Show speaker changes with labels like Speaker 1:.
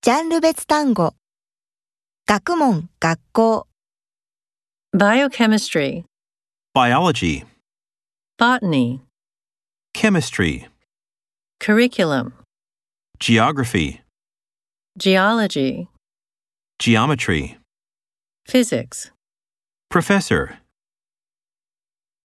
Speaker 1: ジャンル別単語。学問、学校、
Speaker 2: Biochemistry,
Speaker 3: Biology,
Speaker 2: Botany,
Speaker 3: Chemistry,
Speaker 2: Curriculum,
Speaker 3: Geography,
Speaker 2: Geology,
Speaker 3: Geometry,
Speaker 2: Physics.
Speaker 3: Professor.